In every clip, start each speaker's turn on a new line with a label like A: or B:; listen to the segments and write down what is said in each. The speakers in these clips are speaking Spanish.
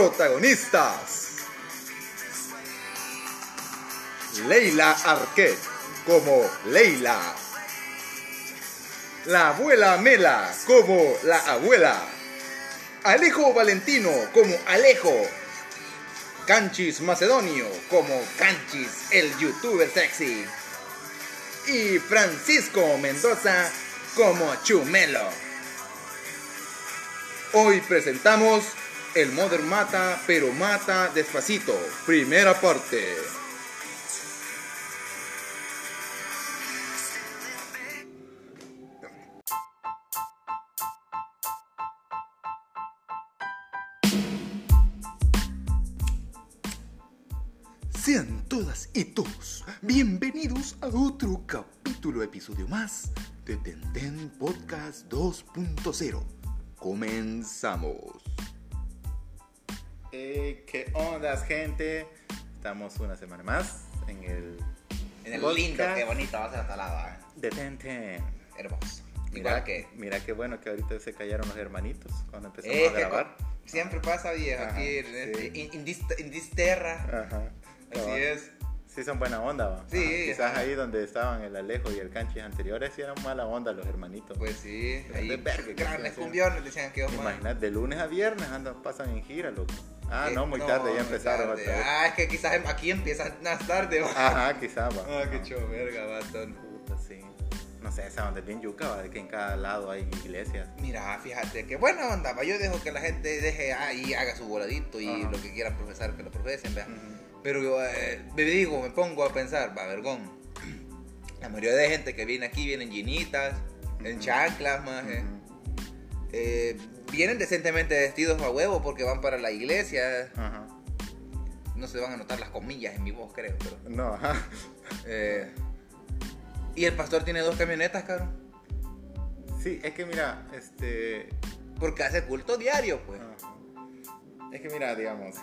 A: Protagonistas. Leila Arquette como Leila. La abuela Mela como la abuela. Alejo Valentino como Alejo. Canchis Macedonio como Canchis, el youtuber sexy. Y Francisco Mendoza como Chumelo. Hoy presentamos El Mother Mata, pero mata despacito. Primera parte. Sean todas y todos bienvenidos a otro capítulo, episodio más de Tenten Podcast 2.0. Comenzamos.
B: Eh, ¿Qué ondas, gente? Estamos una semana más en el
C: En el eh,
B: Podcast.
C: lindo, qué bonito va a ser hasta lado, ¿eh?
B: Detente.
C: hermoso. Igual
B: Mira
C: que.
B: Mira qué bueno que ahorita se callaron los hermanitos cuando empezamos
C: Eh,
B: a grabar.
C: que- Siempre pasa, viejo,
B: Ajá,
C: aquí
B: sí.
C: en, este- in- in this- in this terra.
B: Ajá.
C: Así es.
B: Sí son buena onda, va.
C: Sí,
B: Ajá, Quizás
C: ajá.
B: ahí donde estaban el Alejo y el Canchis anteriores sí eran mala onda los hermanitos.
C: Pues sí,
B: Pero de
C: ahí
B: verga que hacían,
C: grandes
B: sí.
C: cumbiones decían que vamos.
B: Imagínate, de lunes a viernes andan, pasan en gira, loco. Ah,
C: Eh,
B: no, muy tarde, ya empezaron otra vez.
C: Ah, es que quizás em- aquí empiezan más tarde, va.
B: Ajá, quizás, va.
C: Ah, qué
B: Ajá.
C: chulo, verga, batón.
B: Puta, sí. No sé, esa onda es bien yuca, va, de que en cada lado hay iglesias.
C: Mira, fíjate, qué buena onda, va. Yo dejo que la gente deje ahí, haga su voladito y
B: Ajá.
C: lo que quieran profesar, que lo profesen, vea. Pero eh, me digo, me pongo a pensar, va, vergón. La mayoría de gente que viene aquí vienen llenitas, en
B: Ujú.
C: chanclas, maje. Eh, vienen decentemente vestidos a huevo porque van para la iglesia.
B: Ajá.
C: No se van a notar las comillas en mi voz, creo. Pero,
B: No, ajá.
C: eh, y el pastor tiene dos camionetas, cabrón.
B: Sí, es que mira, este.
C: Porque hace culto diario, pues.
B: ajá. Es que mira, digamos,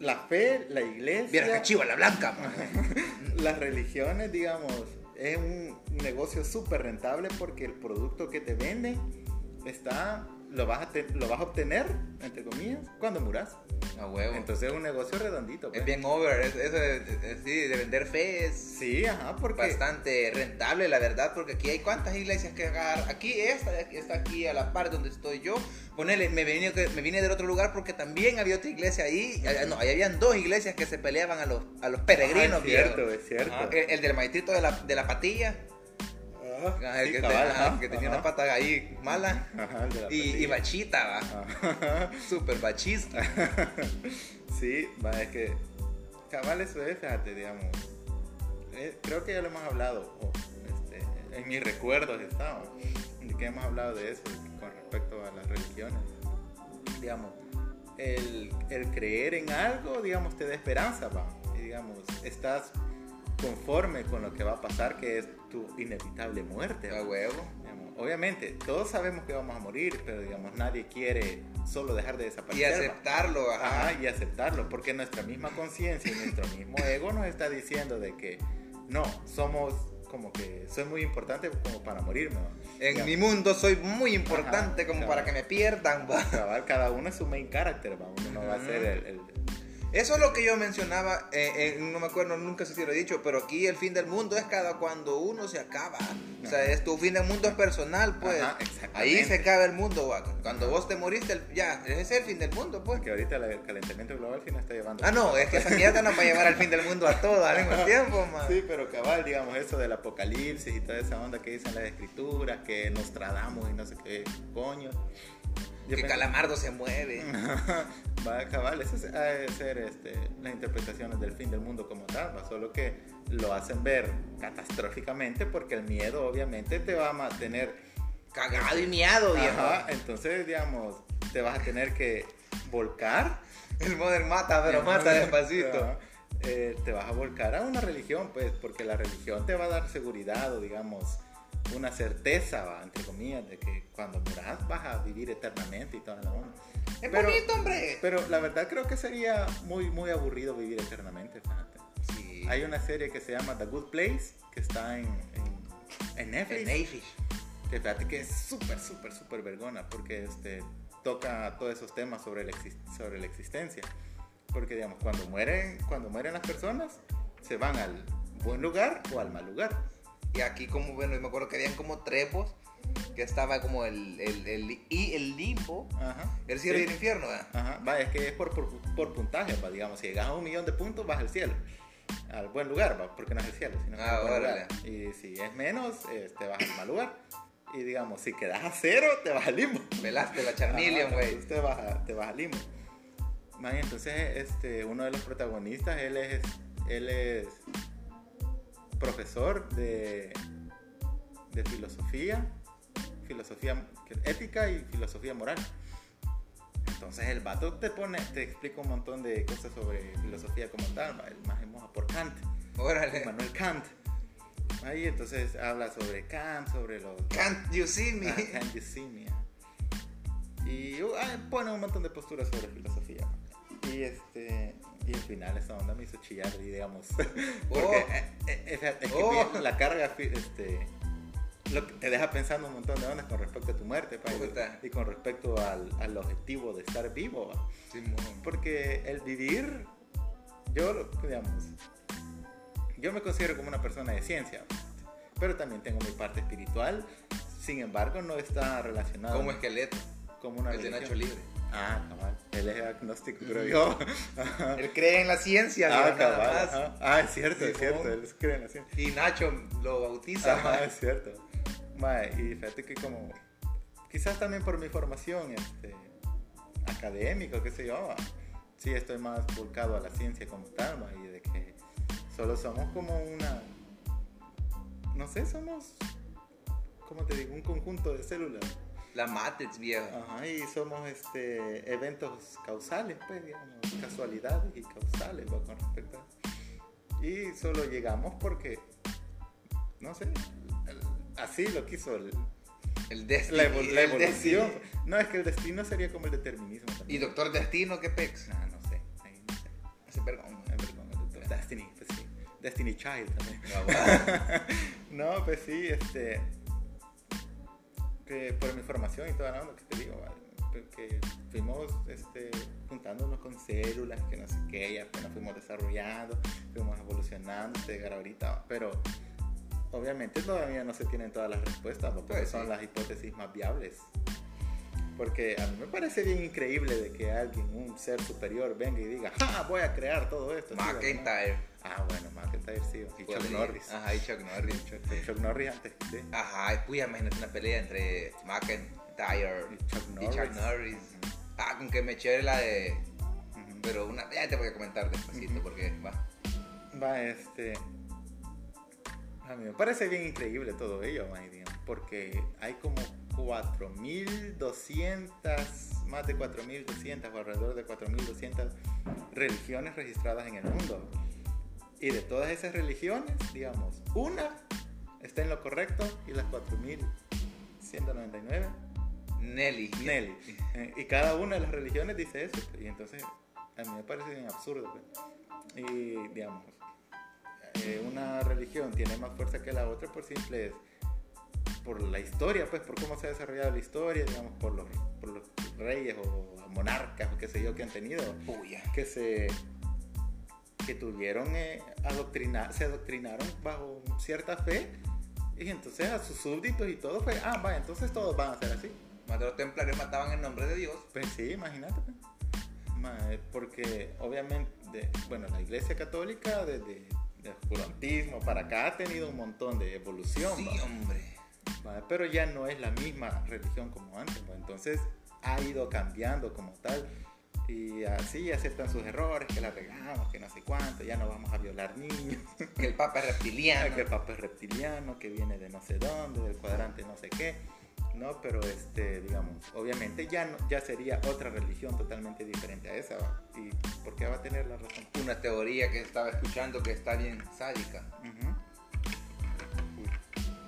B: la fe, la
C: Vieras
B: iglesia,
C: que chiva la blanca, pues. maje.
B: las religiones, digamos, es un negocio súper rentable porque el producto que te venden está. Lo vas, a te- lo vas a obtener, entre comillas, cuando muras.
C: A huevo.
B: Entonces es un negocio redondito. pues.
C: es bien over, es- eso es- es- sí, de vender fe es
B: Sí, ajá, porque.
C: bastante rentable, la verdad, porque aquí hay cuántas iglesias que agarrar. Aquí esta de aquí- está aquí a la par donde estoy yo. Ponele, me vine, que- me vine del otro lugar porque también había otra iglesia ahí. Ah, No, ahí habían dos iglesias que se peleaban a los, a los peregrinos.
B: Ah, es cierto,
C: viejo.
B: es cierto.
C: Ajá, el, el del maestrito de la, de la patilla,
B: Ajá,
C: ajá, Ah, el
B: Ah, sí,
C: que, te-
B: cabal,
C: ajá,
B: ajá,
C: que tenía
B: ajá.
C: una pata ahí mala.
B: Ajá, el de la
C: Y, y
B: patilla.
C: bachita, va.
B: Ajá.
C: Súper bachista.
B: Sí, va, es que cabal eso es, fíjate, digamos. Eh, creo que ya lo hemos hablado, o, este, en mis recuerdos estaba, de que hemos hablado de eso con respecto a las religiones. Digamos, el, el creer en algo, digamos, te da esperanza, va. Y digamos, estás conforme con lo que va a pasar, que es tu inevitable muerte. va.
C: A huevo.
B: Digamos, Obviamente, todos sabemos que vamos a morir, pero digamos, nadie quiere solo dejar de desaparecer.
C: Y
B: va.
C: aceptarlo, ajá.
B: Ajá, y aceptarlo, porque nuestra misma conciencia y nuestro mismo ego nos está diciendo de que no, somos como que soy muy importante como para morirme. ¿no?
C: En
B: Digamos,
C: mi mundo soy muy importante
B: Ajá,
C: como
B: cabal.
C: para que me pierdan, va.
B: cabal, cada uno es su main character, ¿va? uno no va a
C: Ujú.
B: ser el, el-
C: Eso es lo que yo mencionaba, eh, eh, no me acuerdo, nunca sé si lo he dicho, pero aquí el fin del mundo es cada cuando uno se acaba. O sea,
B: Ajá.
C: es tu fin del mundo es personal, pues.
B: Ajá, exactamente.
C: Ahí se acaba el mundo, va. Cuando vos te moriste, el- ya, ese es el fin del mundo, pues.
B: porque ahorita el calentamiento global sí nos está llevando.
C: Ah, no, es que esa mierda nos va a llevar al fin del mundo a todos al mismo tiempo, man.
B: Sí, pero cabal, digamos, eso del apocalipsis y toda esa onda que dicen las escrituras, que nos tradamos y no sé qué coño. Yo
C: que
B: pensé-
C: Calamardo se mueve.
B: Va a cabal, eso es, ha de ser este, las interpretaciones del fin del mundo como tal, va, solo que lo hacen ver catastróficamente porque el miedo obviamente te va a mantener.
C: Cagado y miado, viejo.
B: Mm. Ajá, entonces, digamos, te vas a tener que volcar.
C: El modern mata, pero mata despacito.
B: Ajá. Eh, te vas a volcar a una religión, pues, porque la religión te va a dar seguridad o, digamos, una certeza, va, entre comillas, de que cuando muras vas a vivir eternamente y toda la onda.
C: Es
B: Pero-
C: bonito, hombre.
B: Pero la verdad creo que sería muy, muy aburrido vivir eternamente, fíjate.
C: Sí.
B: Hay una serie que se llama The Good Place, que está en, en, en Netflix,
C: El Neyfish.
B: que fíjate que es súper, súper, súper vergona, porque este, toca todos esos temas sobre la, exis- sobre la existencia. Porque, digamos, cuando mueren, cuando mueren las personas, se van al buen lugar o al mal lugar.
C: Y aquí como, bueno, me acuerdo que habían como trepos, que estaba como el, el, el, y el limbo,
B: Ajá.
C: el cielo
B: Sí.
C: y el infierno, ¿verdad?
B: Ajá, va, es que es por, por, por puntaje, va, digamos, si llegas a un millón de puntos vas al cielo, al buen lugar, va, porque no es el cielo, sino que
C: Ah,
B: es el buen
C: órale.
B: lugar. Y si es menos, eh, te vas al mal lugar. Y digamos, si quedas a cero, te vas al limbo.
C: Velaste la charnilian,
B: Ajá,
C: güey.
B: entonces Te vas, a- te vas al limbo. Man, entonces este, uno de los protagonistas, él es, él es profesor de, de filosofía, filosofía ética y filosofía moral. Entonces el vato te pone, te explica un montón de cosas sobre filosofía como tal, va, el más hermoso por Kant,
C: Órale.
B: Manuel Kant. Ahí entonces habla sobre Kant, sobre los
C: Can't you see me?
B: Ah, Can You See Me. Y uh, ah, pone un montón de posturas sobre filosofía. Y este. Y al final esa onda me hizo chillar y digamos. Porque
C: Oh.
B: eh, eh, es, es que
C: Oh.
B: la carga fi- este, lo que te deja pensando un montón de ondas con respecto a tu muerte pa, y-
C: Puta.
B: y con respecto al, al objetivo de estar vivo. va.
C: Simón.
B: Porque el vivir, yo, lo- digamos, yo me considero como una persona de ciencia, pero también tengo mi parte espiritual. Sin embargo, no está relacionado
C: Como esqueleto,
B: como una
C: el de
B: religión.
C: Nacho Libre.
B: Ah, cabal. Él es agnóstico, creo yo.
C: Él cree en la ciencia,
B: ah,
C: mira, nada
B: cabal.
C: más.
B: ajá. Ah, es cierto, es
C: Simón.
B: cierto. Él es- cree en la ciencia.
C: Y Nacho lo bautiza,
B: Ajá,
C: ma.
B: es cierto. Mae, y fíjate que como... Quizás también por mi formación este, académica, qué sé yo. va. Sí, estoy más volcado a la ciencia como tal, mae, y de que solo somos como una... No sé, somos... ¿Cómo te digo? Un conjunto de células.
C: La Matrix, viejo.
B: Ajá, y somos este, eventos causales, pues, digamos, casualidades y causales, va, con respecto a- Y solo llegamos porque, no sé, el- así lo quiso el-
C: El destino.
B: la, evo- la evolución. No, es que el destino sería como el determinismo
C: Y
B: también. Ah,
C: Doctor Destino, qué pex.
B: No, no sé, ahí no sé.
C: Ese vergón,
B: Ah, perdón, el doctor Destiny, pues sí. Destiny Child también.
C: ma.
B: No, pues sí, este. Que por mi formación y toda la onda que te digo, ¿vale? pues que fuimos este, juntándonos con células, que no sé qué, y apenas fuimos desarrollando, fuimos evolucionando hasta llegar ahorita, ¿va? pero obviamente todavía no se tienen todas las respuestas, ¿va? porque
C: Pues sí.
B: son las hipótesis más viables. Porque a mí me parece bien increíble de que alguien, un ser superior, venga y diga, ¡ah! Voy a crear todo esto. así, ¿verdad?
C: McIntyre.
B: Ah, bueno, McIntyre sí, y Chuck
C: Podría.
B: Norris.
C: Ajá, y Chuck Norris.
B: Chuck, este, Chuck Norris antes sí.
C: Ajá, y puya, imagínate una pelea entre McIntyre
B: Y Chuck
C: y Chuck
B: Norris.
C: Norris. Ah, con que me chévere la de.
B: Ujú.
C: Pero una. Ya te voy a comentar despacito
B: Ujú.
C: porque va.
B: Va, este. A mí me parece bien increíble todo ello, man, digamos, porque hay como 4.200, más de 4.200, o alrededor de 4.200 religiones registradas en el mundo. Y de todas esas religiones, digamos, una está en lo correcto y las 4.199
C: Nelly.
B: Nelly. Eh, Y cada una de las religiones dice eso. pues, Y entonces a mí me parece bien absurdo. pues. Y digamos, eh, una religión tiene más fuerza que la otra por simple por la historia, pues por cómo se ha desarrollado la historia, digamos, por los, por los reyes o monarcas o qué sé yo que han tenido,
C: Puya.
B: que se que tuvieron eh, adoctrina- se adoctrinaron bajo cierta fe y entonces a sus súbditos y todo fue, ah, va, entonces todos van a ser así.
C: Más de los templarios mataban en nombre de Dios.
B: Pues sí, imagínate. pues. Ma, eh, Porque obviamente, de- bueno, la Iglesia Católica desde el oscurantismo para acá ha tenido un montón de evolución,
C: Sí,
B: va.
C: hombre.
B: Ma, pero ya no es la misma religión como antes, va. entonces ha ido cambiando como tal. Y así aceptan sus errores, que la regamos, que no sé cuánto, ya no vamos a violar niños,
C: Que el Papa es reptiliano.
B: que el Papa es reptiliano, que viene de no sé dónde, del cuadrante no sé qué. No, pero este, digamos, obviamente ya, no- ya sería otra religión totalmente diferente a esa. ¿va? ¿Y por qué va a tener la razón?
C: Una teoría que estaba escuchando que está bien sádica.
B: Ujú,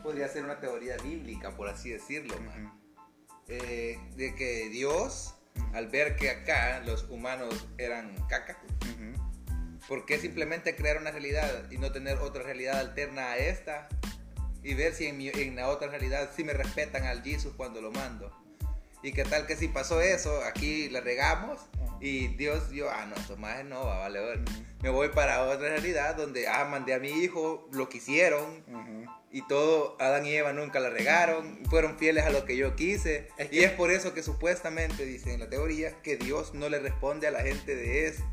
C: Podría ser una teoría bíblica, por así decirlo, man.
B: ujú.
C: eh, de que Dios, al ver que acá los humanos eran caca,
B: Ujú.
C: ¿por qué simplemente crear una realidad y no tener otra realidad alterna a esta? Y ver si en, mi- en la otra realidad sí me respetan al Jesus cuando lo mando. Y qué tal que si pasó eso, aquí le regamos y Dios yo, ah, no, estos majes no, va, vale, vale. Me voy para otra realidad donde, ah, mandé a mi hijo, lo quisieron y todo, Adán y Eva nunca la regaron, fueron fieles a lo que yo quise.
B: Es
C: Y
B: que-
C: es por eso que supuestamente dicen en la teoría que Dios no le responde a la gente de esta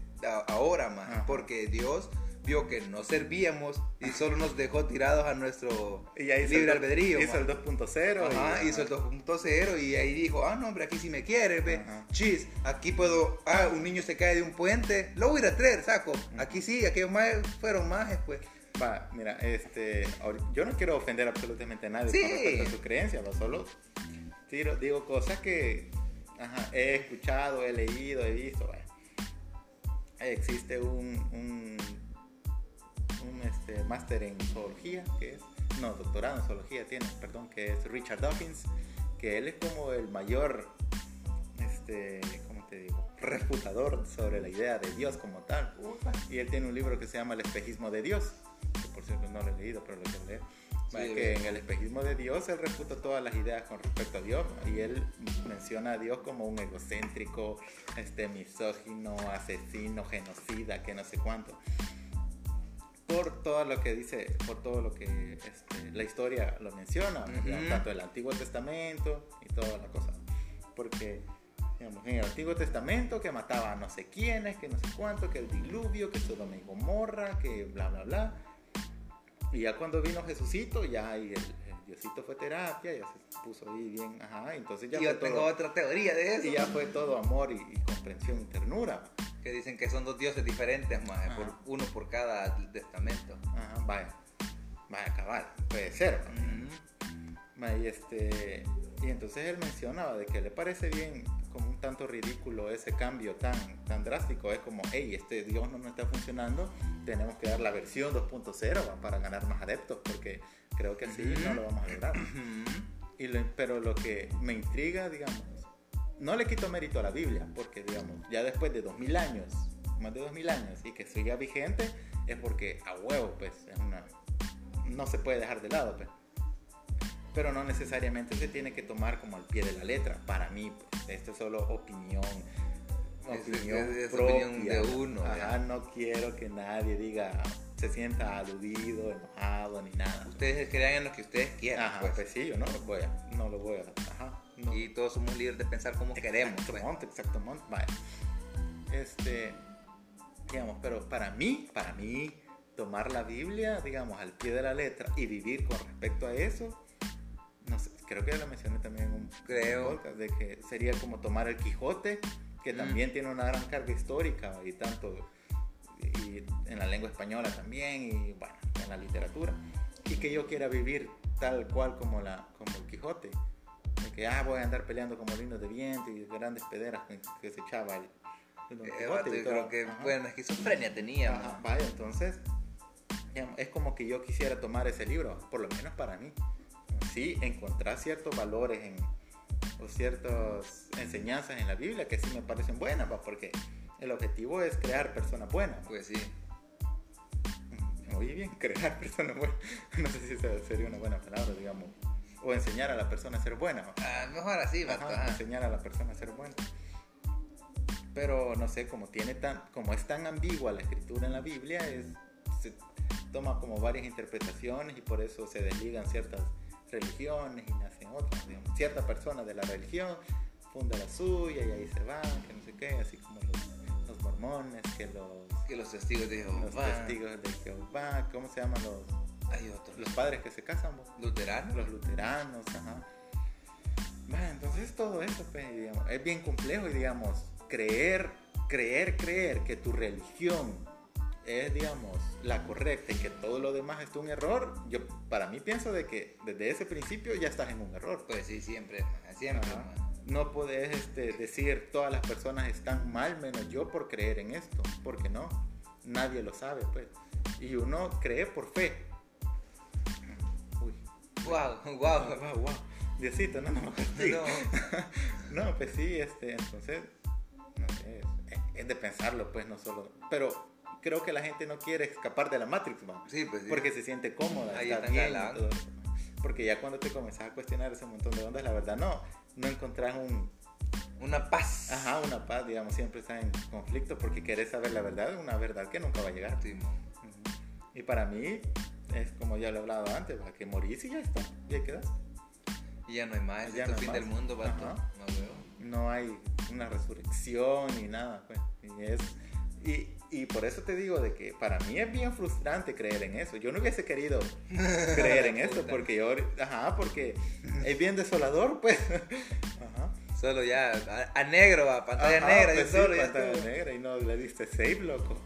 C: ahora más,
B: Ajá.
C: porque Dios vio que no servíamos y solo nos dejó tirados a nuestro
B: Y ahí hizo
C: libre
B: el-
C: albedrío.
B: Hizo
C: ma.
B: el 2.0. y-
C: Ajá, hizo el 2.0 y ahí dijo, ah, no, hombre, aquí sí me quiere, ve,
B: Ajá.
C: chis, aquí puedo, ah, un niño se cae de un puente, lo voy a ir a traer, saco, aquí sí, aquellos más fueron más, pues.
B: Va, mira, este, ahori- yo no quiero ofender absolutamente a nadie
C: Sí.
B: con respecto a su creencia, va, solo tiro- digo cosas que ajá, he escuchado, he leído, he visto. vaya. Existe un, un, un, este, máster en zoología, que es, no, doctorado en zoología tiene, perdón, que es Richard Dawkins, que él es como el mayor, este, ¿cómo te digo? Refutador sobre la idea de Dios como tal. Y él tiene un libro que se llama El espejismo de Dios. Que por cierto no lo he leído, pero lo quiero leer.
C: Sí,
B: Va,
C: de
B: que
C: verdad.
B: en el espejismo de Dios él refuta todas las ideas con respecto a Dios y él menciona a Dios como un egocéntrico, este misógino, asesino, genocida, que no sé cuánto. Por todo lo que dice, por todo lo que este, la historia lo menciona,
C: Ujú.
B: tanto el Antiguo Testamento y toda la cosa. Porque digamos, en el Antiguo Testamento que mataba a no sé quiénes, que no sé cuánto, que el diluvio, que Sodoma y Gomorra, que bla, bla, bla. Y ya cuando vino Jesucito, ya ahí el, el Diosito fue terapia, ya se puso ahí bien, ajá, entonces ya,
C: Y yo
B: fue,
C: tengo
B: todo,
C: otra teoría de eso.
B: y ya fue todo amor y, y comprensión y ternura.
C: Que dicen que son dos dioses diferentes, más,
B: Ajá.
C: por, uno por cada testamento.
B: Ajá, vaya, vaya a acabar, puede ser. ¿no? Ma, Y, este, y entonces él mencionaba de que le parece bien como un tanto ridículo ese cambio tan, tan drástico. Es como, hey, este Dios no nos está funcionando, tenemos que dar la versión 2.0 va, para ganar más adeptos, porque creo que así no lo vamos a lograr. Y lo- pero lo que me intriga, digamos, no le quito mérito a la Biblia, porque, digamos, ya después de 2000 años, más de 2000 años, y que siga vigente, es porque a huevo, pues, es una, no se puede dejar de lado, pues. Pero no necesariamente se tiene que tomar como al pie de la letra, para mí, pues, esto es solo opinión.
C: Es-
B: Opinión,
C: es- es
B: propia.
C: opinión de uno,
B: Ajá,
C: ya.
B: no quiero que nadie diga, se sienta aludido, enojado, ni nada.
C: Ustedes crean en lo que ustedes quieran,
B: Ajá,
C: pues.
B: pues sí, yo no lo voy a, no lo voy a, ajá, no.
C: Y todos somos libres de pensar como queremos, pues.
B: Exactamente, exactamente, vaya. Este, digamos, pero para mí, para mí, tomar la Biblia, digamos, al pie de la letra y vivir con respecto a eso, no sé, creo que ya lo mencioné también en un
C: Creo.
B: podcast, de que sería como tomar el Quijote, que
C: Mm.
B: también tiene una gran carga histórica y tanto y en la lengua española también y bueno, en la literatura. Y que yo quiera vivir tal cual como, la, como el Quijote. De que ah, voy a andar peleando con molinos de viento y grandes pederas que, que se echaba el, el Don
C: Eh,
B: Quijote
C: vato,
B: y
C: yo
B: todo.
C: creo que,
B: Ajá.
C: bueno, esquizofrenia tenía, ma.
B: Ajá, vaya, entonces digamos, es como que yo quisiera tomar ese libro, por lo menos para mí. Sí, encontrar ciertos valores en, o ciertas enseñanzas en la Biblia que sí me parecen buenas, va, porque el objetivo es crear personas buenas. va.
C: Pues sí.
B: Me oí bien, crear personas buenas. No sé si esa sería una buena palabra, digamos. O enseñar a la persona a ser buena. ¿no?
C: Ah, mejor así, vato,
B: Ajá,
C: ajá.
B: enseñar a la persona a ser buena. Pero no sé, como, tiene tan, como es tan ambigua la escritura en la Biblia, es, se toma como varias interpretaciones y por eso se desligan ciertas religiones y nacen otras. digamos. Cierta persona de la religión funda la suya y ahí se van, que no sé qué, así como los, los mormones, que los,
C: Que los testigos de
B: los
C: Jehová.
B: testigos de Jehová, ¿cómo se llaman los,
C: Hay otros.
B: los padres que se casan, vos.
C: luteranos.
B: los luteranos, ajá. Va, entonces todo eso, pues, digamos, es bien complejo y digamos, creer, creer, creer que tu religión es, digamos, la correcta y que todo lo demás es un error, yo para mí pienso de que desde ese principio ya estás en un error.
C: Pues sí, siempre, ma, siempre,
B: Ajá.
C: ma.
B: No podés este, decir todas las personas están mal menos yo por creer en esto, porque no, nadie lo sabe, pues. Y uno cree por fe. Uy.
C: Guau, guau.
B: Wow, wow. Diosito, no, no, no,
C: No,
B: no, pues sí, este, entonces, no sé, es, es de pensarlo, pues, no solo. Pero creo que la gente no quiere escapar de la Matrix, man,
C: sí, pues sí.
B: porque se siente cómoda,
C: Ahí
B: está
C: está
B: bien,
C: galán.
B: y todo eso. porque ya cuando te comenzas a cuestionar ese montón de ondas, la verdad, no, no encontrás un,
C: una paz.
B: Ajá, una paz, digamos, siempre está en conflicto porque querés saber la verdad, una verdad que nunca va a llegar.
C: Sí, mon.
B: Ujú. Y para mí, es como ya lo he hablado antes, va, que morís y ya está, ya quedas.
C: Y ya no hay más,
B: Ya
C: es
B: no
C: el
B: hay
C: fin
B: más.
C: del mundo, vato.
B: Ajá.
C: No, huevo.
B: No hay una resurrección ni nada, pues. Y, es, y, y por eso te digo de que para mí es bien frustrante creer en eso. Yo no hubiese querido creer en eso
C: Puta.
B: porque yo, ajá, porque es bien desolador, pues. Ajá.
C: Solo ya, a, a negro, va, pantalla
B: Ajá,
C: negra, yo
B: pues sí,
C: solo, ya
B: pantalla
C: estuvo.
B: negra y no le diste save, loco.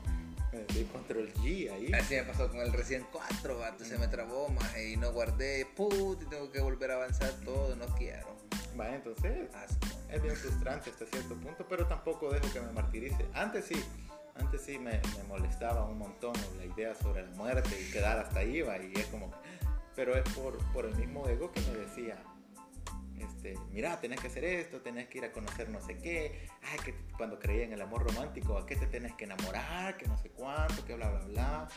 B: Le di control G ahí.
C: Así me pasó con el recién 4, vato, se me trabó, maje, y no guardé, put, y tengo que volver a avanzar todo, no quiero.
B: Va, entonces
C: Asco.
B: es bien frustrante hasta cierto punto, pero tampoco dejo que me martirice. Antes sí, antes sí me, me molestaba un montón la idea sobre la muerte y quedar hasta ahí, va, y es como, pero es por, por el mismo ego que me decía, este, mira, tenés que hacer esto, tenés que ir a conocer no sé qué, ay, que cuando creía en el amor romántico, a qué te tenés que enamorar, que no sé cuánto, que bla, bla, bla.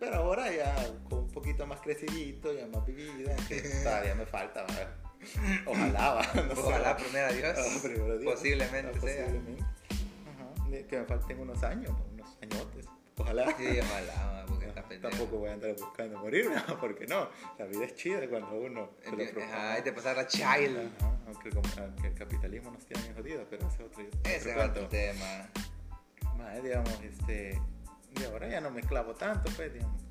B: Pero ahora ya con un poquito más crecidito, ya más vivido, que todavía me falta, va. Ojalá, va, no sé,
C: Ojalá,
B: va.
C: primero Dios.
B: Ah, primero Dios.
C: Posiblemente
B: Ah,
C: sea.
B: posiblemente. Ajá. De- Que me falten unos años, unos añotes. Ojalá.
C: Sí, ojalá, maje, porque está
B: Ajá.
C: pendejo.
B: Tampoco voy a andar buscando morir, ¿no? porque no. La vida es chida cuando uno se lo propone.
C: Ajá, y te pasar la child.
B: Ajá, aunque, como- aunque el capitalismo nos tiene bien jodidos, pero ese es otro,
C: Ese
B: otro
C: es
B: cuento.
C: otro tema.
B: Mae, digamos, este. Y ahora ya no me clavo tanto, pues, digamos.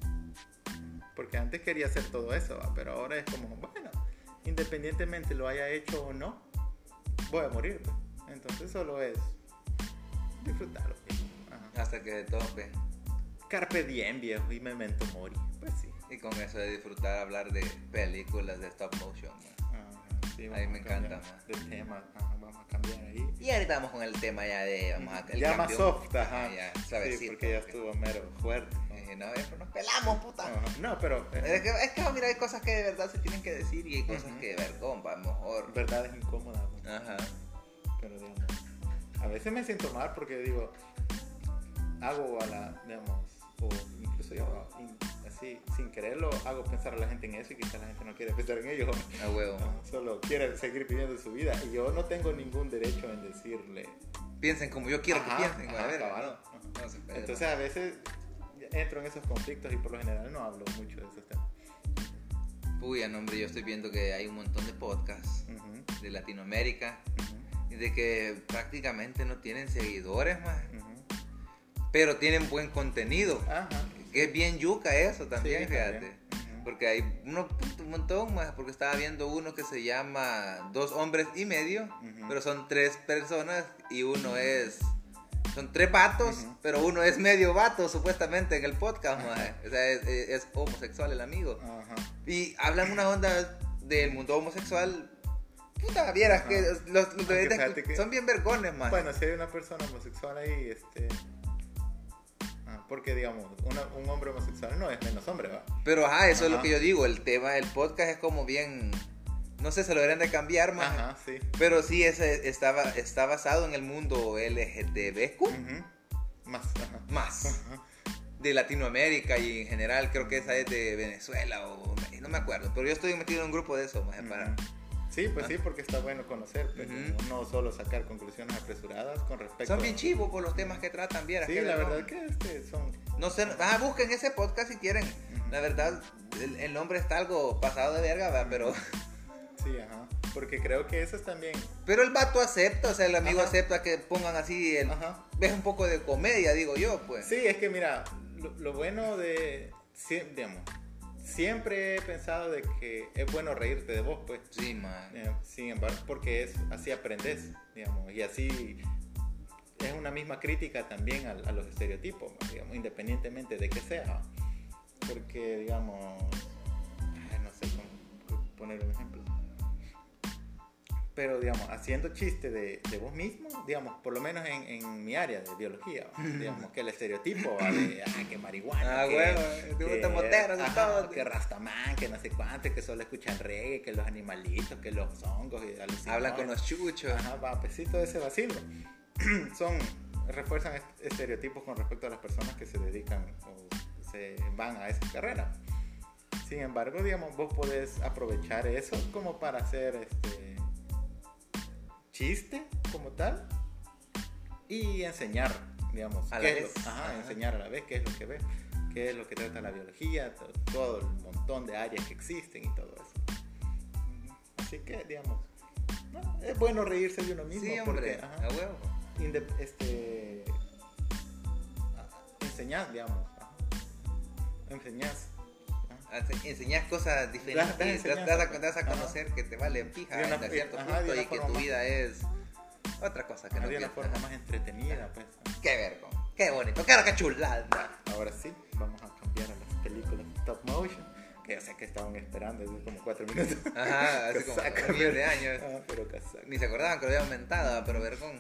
B: Porque antes quería hacer todo eso, va, pero ahora es como, bueno, independientemente lo haya hecho o no, voy a morir, pues. Entonces solo es disfrutarlo, pues. Ajá.
C: Hasta que se tope.
B: Carpe diem, viejo, y memento mori. Pues sí.
C: Y con eso de disfrutar, hablar de películas de stop motion. maje.
B: sí,
C: Ahí
B: vamos
C: me
B: a cambiar
C: encanta, mae.
B: De tema, ajá, vamos a cambiar ahí.
C: Y ahorita vamos con el tema ya de. Vamos a, el
B: ya más
C: cambio.
B: soft, ajá.
C: Ya,
B: sí,
C: suavecito,
B: porque ya
C: porque-
B: estuvo mero fuerte.
C: Eh, no, eh, pero nos pelamos, puta.
B: Ajá. No, pero.
C: Es que, es que, mira, hay cosas que de verdad se tienen que decir y hay cosas
B: Ujú.
C: que de vergón, va, mejor.
B: verdad es incómoda. pues.
C: Ajá.
B: pero digamos, a veces me siento mal porque digo, hago a la, digamos, o incluso yo in- así, sin quererlo, hago pensar a la gente en eso y quizás la gente no quiere pensar en ello,
C: A huevo.
B: solo quiere seguir viviendo su vida y yo no tengo ningún derecho en decirle.
C: Piensen como yo quiero
B: Ajá,
C: que piensen, güey.
B: ajá,
C: A ver.
B: cabrón.
C: no, no se puede,
B: Entonces a veces entro en esos conflictos y por lo general no hablo mucho de esos temas.
C: no. Puya, no, hombre, yo estoy viendo que hay un montón de podcasts
B: Ujú,
C: de Latinoamérica
B: ujú,
C: y de que prácticamente no tienen seguidores, más,
B: ujú.
C: pero tienen buen contenido.
B: Ajá.
C: Que es bien yuca eso también,
B: Ah. Sí,
C: fíjate.
B: Ujú.
C: Porque hay uno, puta, un montón más, porque estaba viendo uno que se llama Dos Hombres y Medio,
B: Ujú.
C: pero son tres personas y uno es... Son tres vatos,
B: Ujú.
C: pero uno es medio vato supuestamente en el podcast, maje. O sea, es, es- es homosexual el amigo.
B: Ajá.
C: Y hablan una onda del mundo homosexual. Puta, vieras
B: Ajá.
C: que los, los
B: Aunque
C: deberías
B: fíjate
C: escu-
B: que-
C: son bien vergones, más.
B: Bueno, si hay una persona homosexual ahí, este. ah, porque, digamos, una- un hombre homosexual no es menos hombre, ¿va?
C: Pero ajá, eso es lo
B: Ajá.
C: que yo digo. El tema del podcast es como bien. No sé, se lo deberían de cambiar, más.
B: Ajá, sí.
C: Pero sí, ese está, ba- está basado en el mundo LGTBQ,
B: Ujú. Más, ajá.
C: más de Latinoamérica y en general, creo que esa es de Venezuela o no me acuerdo, pero yo estoy metido en un grupo de eso, más para. Ah.
B: Ujú. Sí, pues sí, porque está bueno conocer, pero
C: Ujú.
B: no solo sacar conclusiones apresuradas con respecto
C: Son bien chivos por los temas que tratan, vieras.
B: Sí,
C: que
B: la
C: no-
B: verdad que este, son.
C: No sé, ah, busquen ese podcast si quieren.
B: Ujú.
C: La verdad, el, el nombre está algo pasado de verga, ¿va? pero
B: Sí, ajá. Porque creo que eso es también.
C: pero el vato acepta, o sea, el amigo
B: Ajá.
C: acepta que pongan así, el,
B: Ajá.
C: ves un poco de comedia, digo yo, pues.
B: Sí, es que mira, lo, lo bueno de. sie- digamos, siempre he pensado de que es bueno reírte de vos, pues.
C: Sí, man.
B: Eh, Sin embargo, porque es así aprendes, digamos, y así es una misma crítica también a, a los estereotipos, ¿no? digamos, independientemente de que sea. Porque, digamos, ay, no sé cómo poner un ejemplo. Pero, digamos, haciendo chiste de, de vos mismo, digamos, por lo menos en, en mi área de biología, ¿va? digamos, que el estereotipo ¿va? de, ah, que marihuana,
C: Ah,
B: que,
C: huevo, te gusta motero,
B: ajá,
C: de todo.
B: que rastamán, que no sé cuánto, que solo escuchan reggae, que los animalitos, que los hongos y alucinógenos.
C: Hablan con los chuchos.
B: Ajá, va, pues sí, todo ese vacilo. Son, refuerzan est- estereotipos con respecto a las personas que se dedican o se van a esa carrera. Sin embargo, digamos, vos podés aprovechar eso como para hacer, este, chiste como tal y enseñar, digamos,
C: A
B: qué
C: la
B: es
C: vez.
B: lo- ajá,
C: Ajá.
B: enseñar a la vez qué es lo que ve, qué es lo que trata la biología, to- todo el montón de áreas que existen y todo eso. Así que, digamos, no, es bueno reírse de uno mismo
C: Sí,
B: porque
C: hombre,
B: ajá,
C: a huevo.
B: inde- este a- enseñar, digamos, ajá, enseñas. ajá.
C: Hace- Enseñas cosas
B: Das- das
C: diferentes, das,
B: enseñanza,
C: das a-
B: pues.
C: das a
B: Ajá.
C: conocer que te vale pija
B: De una-
C: hasta cierto
B: ajá, de
C: punto
B: una
C: y que tu
B: forma más- Ah,
C: vida es otra cosa que no
B: de una
C: piensas.
B: forma más entretenida, pues.
C: Qué vergo, qué bonito, cara qué chulada.
B: Ahora sí, vamos a cambiar a las películas stop motion, que ya sé que estaban esperando desde como 4 minutos.
C: Ajá, hace como
B: Casaca,
C: un millón
B: pero-
C: de años.
B: Ah, pero casaca.
C: Ni se acordaban que lo había aumentado, pero vergón.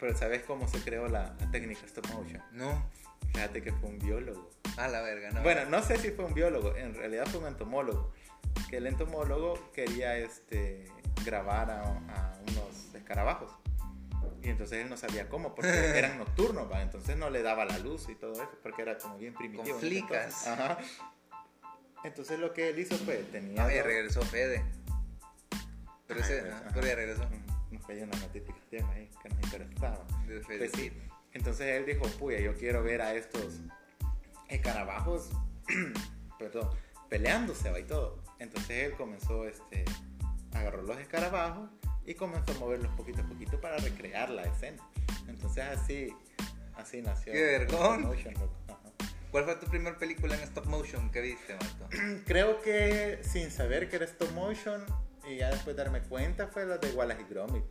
B: Pero ¿sabes cómo se creó la la técnica stop motion?
C: No,
B: Fíjate que fue un biólogo.
C: a la verga, no.
B: Bueno, no sé si fue un biólogo, en realidad fue un entomólogo. Que el entomólogo quería este, grabar a, a unos escarabajos. Y entonces él no sabía cómo, porque eran nocturnos, ¿va? entonces no le daba la luz y todo eso, porque era como bien primitivo.
C: Con
B: en ese
C: flicas.
B: entonces. Ajá. Entonces lo que él hizo fue, tenía...
C: Ay,
B: dos-
C: regresó Fede. Pero,
B: Ay,
C: ese,
B: pues,
C: ah,
B: ajá.
C: pero ya regresó.
B: Mm, Nos cayó una notificación ahí que nos interesaba.
C: De
B: Pues sí.
C: Fedecito.
B: Entonces él dijo, puya, yo quiero ver a estos escarabajos, perdón, peleándose va y todo. Entonces él comenzó, este, agarró los escarabajos y comenzó a moverlos poquito a poquito para recrear la escena. Entonces así, así nació.
C: ¡Qué
B: el stop
C: vergón!
B: motion, loco. Ajá.
C: ¿Cuál fue tu primera película en stop motion que viste, Marco?
B: Creo que sin saber que era stop motion y ya después darme cuenta fue la de Wallace y Gromit.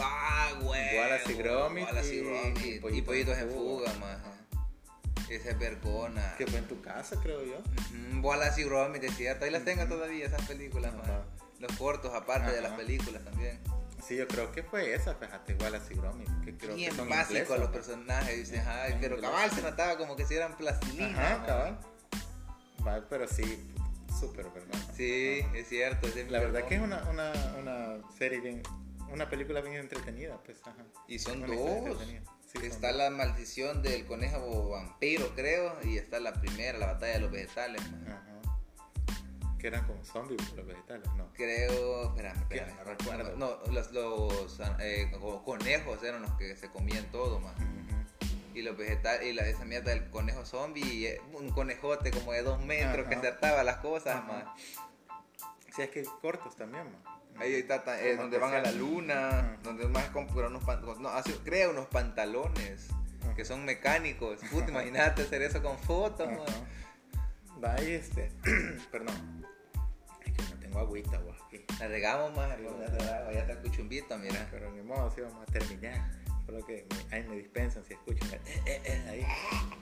C: ¡Ah, güey!
B: Wallace y Gromit
C: Wallace y
B: y-
C: Gromit.
B: y
C: Y
B: Pollitos
C: Pollitos
B: en
C: en
B: Fuga.
C: Fuga, maja. Esa es vergona.
B: Que fue en tu casa, creo yo.
C: Ujú, Wallace y Gromit, es cierto. Ahí las tengo todavía, esas películas,
B: Ajá.
C: maja. Los cortos, aparte de las
B: Ajá.
C: películas también.
B: Sí, yo creo que fue esa, fíjate, Wallace y Gromit, que creo que
C: Bien
B: son
C: básico
B: ingleses,
C: los
B: ¿no?
C: personajes. Dices, ay,
B: Son
C: pero
B: ingleses.
C: cabal se notaba como que si eran plastilina.
B: Ajá,
C: maja.
B: cabal. Va, pero sí, súper, ¿verdad?
C: Sí,
B: Ajá.
C: es cierto. ese es
B: La verdad
C: vergón.
B: que es una, una, una serie bien, una película bien entretenida, pues, ajá.
C: Y son
B: Una historia
C: dos.
B: entretenida. Sí, son
C: Está
B: dos.
C: la maldición del conejo vampiro, creo, y está la primera, la batalla de los vegetales, maja.
B: Ajá. Que eran como zombies los vegetales, ¿no?
C: Creo, espérame, espérame,
B: Ya,
C: no
B: no recuerdo.
C: No, los, los, eh, co- conejos eran los que se comían todo, más.
B: Ujú.
C: Y los vegetales, y la, esa mierda del conejo zombie, y, eh, un conejote como de dos metros
B: Ajá.
C: que acertaba las cosas,
B: Ajá.
C: más.
B: Sí, es que cortos también, ¿no?
C: Ahí está ta- eh,
B: Como
C: donde van a la
B: especial.
C: luna,
B: Ajá.
C: donde más compran unos pantalones, no, hace- crea unos pantalones que son mecánicos. Puta, imagínate hacer eso con fotos,
B: Ajá.
C: man.
B: Va ahí, este, perdón. Es que no tengo agüita, guau. aquí.
C: La regamos, más,
B: Sí,
C: ya
B: la
C: está- ya está el cuchumbito, mira.
B: Pero ni modo, sí vamos a terminar. Solo que me, ahí me dispensan si escuchan. eh, eh, eh, ahí.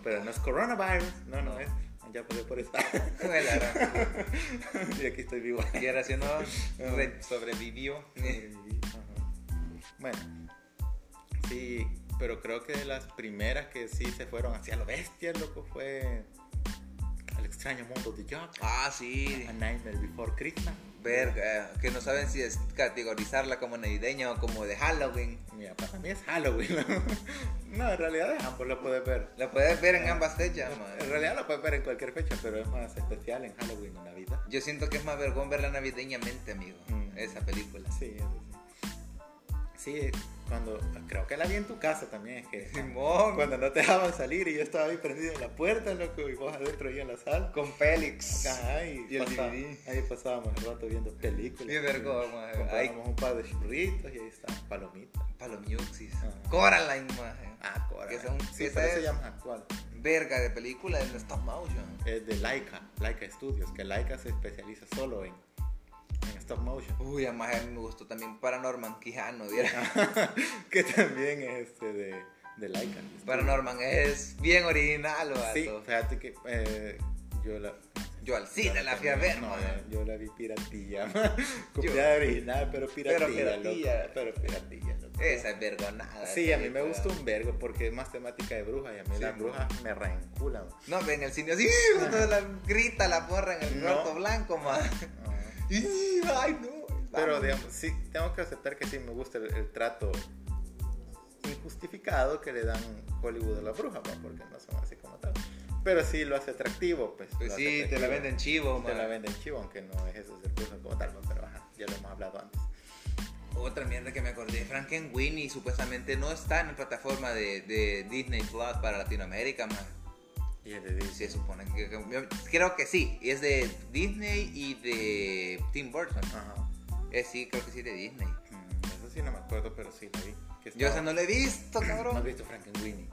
B: Pero no es coronavirus. No, no, es. Ya pasé por esta.
C: Bueno,
B: y aquí estoy vivo.
C: ahora sí no re- sobrevivió.
B: Ajá. bueno. Sí, pero creo que de las primeras que sí se fueron hacia lo bestia, loco, fue. El extraño mundo de Jack.
C: Ah, sí.
B: A Nightmare Before Christmas.
C: Verga, que no saben si es categorizarla como navideña o como de Halloween.
B: Mira, para mí es Halloween. no, en realidad ambos lo puedes ver.
C: La puedes ver
B: Ah.
C: en ambas fechas, man.
B: En realidad lo puedes ver en cualquier fecha, pero es más especial en Halloween, en Navidad.
C: Yo siento que es más vergón verla navideñamente, amigo.
B: Mm.
C: Esa película.
B: Sí, eso sí. Sí, cuando. Creo que la vi en tu casa también, es que.
C: Simón,
B: Cuando no te dejaban salir y yo estaba ahí prendido en la puerta, loco, y vos adentro ahí en la sala.
C: con Félix.
B: Ajá, y,
C: Y el
B: pasaba-
C: DVD.
B: ahí pasábamos el rato viendo películas.
C: Qué vergüenza, man.
B: Comprábamos un par de churritos y ahí estaban palomitas.
C: Palomiuxis.
B: Ajá.
C: Coraline, man.
B: Ah, coraje.
C: Que son-
B: sí,
C: que
B: pero
C: esa
B: eso
C: es-
B: ya más actual.
C: Verga de película en stop motion.
B: Es de Laika, Laika Studios, que Laika se especializa solo en, en stop motion.
C: Uy, además a mí me gustó también Paranorman Quijano. ¿vieron?
B: que también es este de, de Laika.
C: Paranorman es bien original, vato.
B: Ah. Sí, fíjate que eh, yo la.
C: Yo al cine
B: yo
C: la fui a ver,
B: no,
C: man.
B: Yo la vi piratilla, man. Copiada original, pero piratilla.
C: piratilla.
B: loco, pero piratilla, loco.
C: Esa es vergonada.
B: Sí,
C: esa
B: a mí me
C: película.
B: gusta un vergo porque es más temática de brujas y a mí
C: Sí,
B: las
C: man.
B: brujas me reenculan.
C: No, ve en el cine así, toda la, grita la porra en el
B: No.
C: cuarto blanco, man. Y, Ay, no.
B: Pero
C: vamos.
B: digamos, sí, tengo que aceptar que sí me gusta el, el trato injustificado que le dan Hollywood a las brujas, man, porque no son así como tal. Pero sí lo hace atractivo, pues.
C: Pues
B: lo
C: sí,
B: hace
C: te la
B: atractivo.
C: venden chivo,
B: Te
C: man.
B: la venden chivo, aunque no es eso, es el brujo como tal, pero ajá, ya lo hemos hablado antes.
C: Otra mierda que me acordé, Frankenweenie supuestamente no está en la plataforma de, de Disney Plus para Latinoamérica, más.
B: Y es de Disney.
C: Se supone que, que- yo creo que sí, es de Disney y de Tim Burton.
B: Ajá.
C: Eh, sí, creo que sí es de Disney.
B: Mm, eso sí no me acuerdo, pero sí la vi. Que
C: Yo esa
B: estaba-
C: no la he visto,
B: ¿No has
C: cabrón.
B: visto Frankenweenie?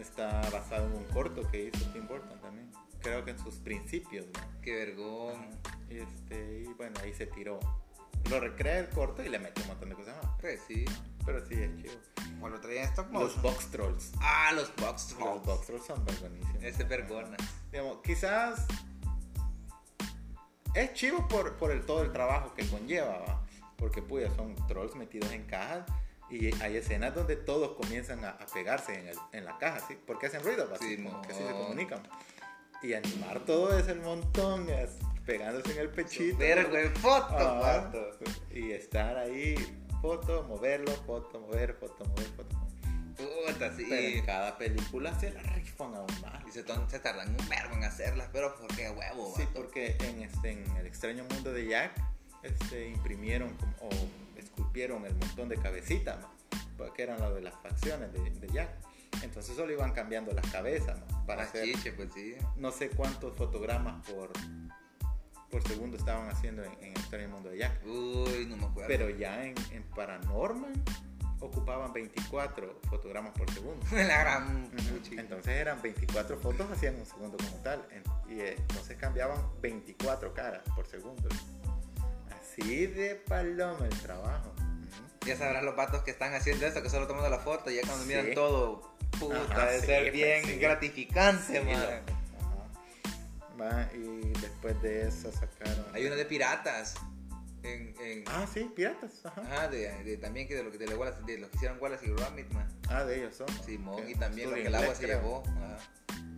B: Está basado en un corto que hizo Tim Burton también. Creo que en sus principios, ¿no?
C: Qué vergón.
B: Este, y bueno, ahí se tiró. Lo recrea el corto y le mete un montón de cosas más.
C: Pues sí.
B: Pero sí, es chido.
C: O lo traía en stop
B: Los
C: motion.
B: Box Trolls.
C: ah, los box
B: Los
C: trolls.
B: Box Trolls son vergonísimos.
C: Ese vergona.
B: Digamos, quizás es chivo por, por el, todo el trabajo que conlleva, ¿va? porque puya, son trolls metidos en cajas y hay escenas donde todos comienzan a, a pegarse en, el- en la caja, ¿sí? porque hacen ruido, ¿va? así,
C: Sí,
B: como que así
C: mo.
B: se comunican. Y animar todo es el montón, es pegándose en el pechito.
C: Vergüen foto,
B: Ah,
C: pato.
B: y estar ahí, foto, moverlo, foto, mover, foto, mover, foto. mover.
C: Puta, sí.
B: Pero en cada película se la rifan aún más.
C: Y se, ton- se tardan un verbo en hacerlas, pero porque huevo,
B: Sí,
C: vato.
B: porque en, este, en el extraño mundo de Jack este, imprimieron como- o esculpieron el montón de cabecitas, ¿no? porque eran las de las facciones de, de Jack. Entonces solo iban cambiando las cabezas ¿no? para
C: Más
B: hacer
C: chiche, pues sí.
B: no sé cuántos fotogramas por, por segundo estaban haciendo en, en el extraño mundo de Jack.
C: Uy, no me acuerdo.
B: Pero ya en, en Paranorman ocupaban 24 fotogramas por segundo.
C: la gran puchi.
B: Entonces eran 24 fotos, hacían un segundo como tal. En- Y eh, entonces cambiaban 24 caras por segundo. Así de paloma el trabajo. Ujú.
C: Ya sabrás los vatos que están haciendo esto, que solo tomando la foto, y ya cuando
B: Sí.
C: miran todo, puta,
B: Ajá,
C: de
B: sí,
C: ser
B: pues,
C: bien
B: sí.
C: gratificante,
B: Sí,
C: man.
B: loco. Ajá. Va, y después de eso sacaron.
C: Hay uno de piratas. En, en-
B: Ah, sí, piratas. Ajá.
C: ajá, de, de- también que de lo que de, la Wallace- de los que hicieron Wallace y Gromit, man.
B: Ah, de ellos son.
C: Simón,
B: Ok.
C: y también lo
B: Estudio
C: que el agua
B: inglés,
C: se
B: creo.
C: llevó. ajá.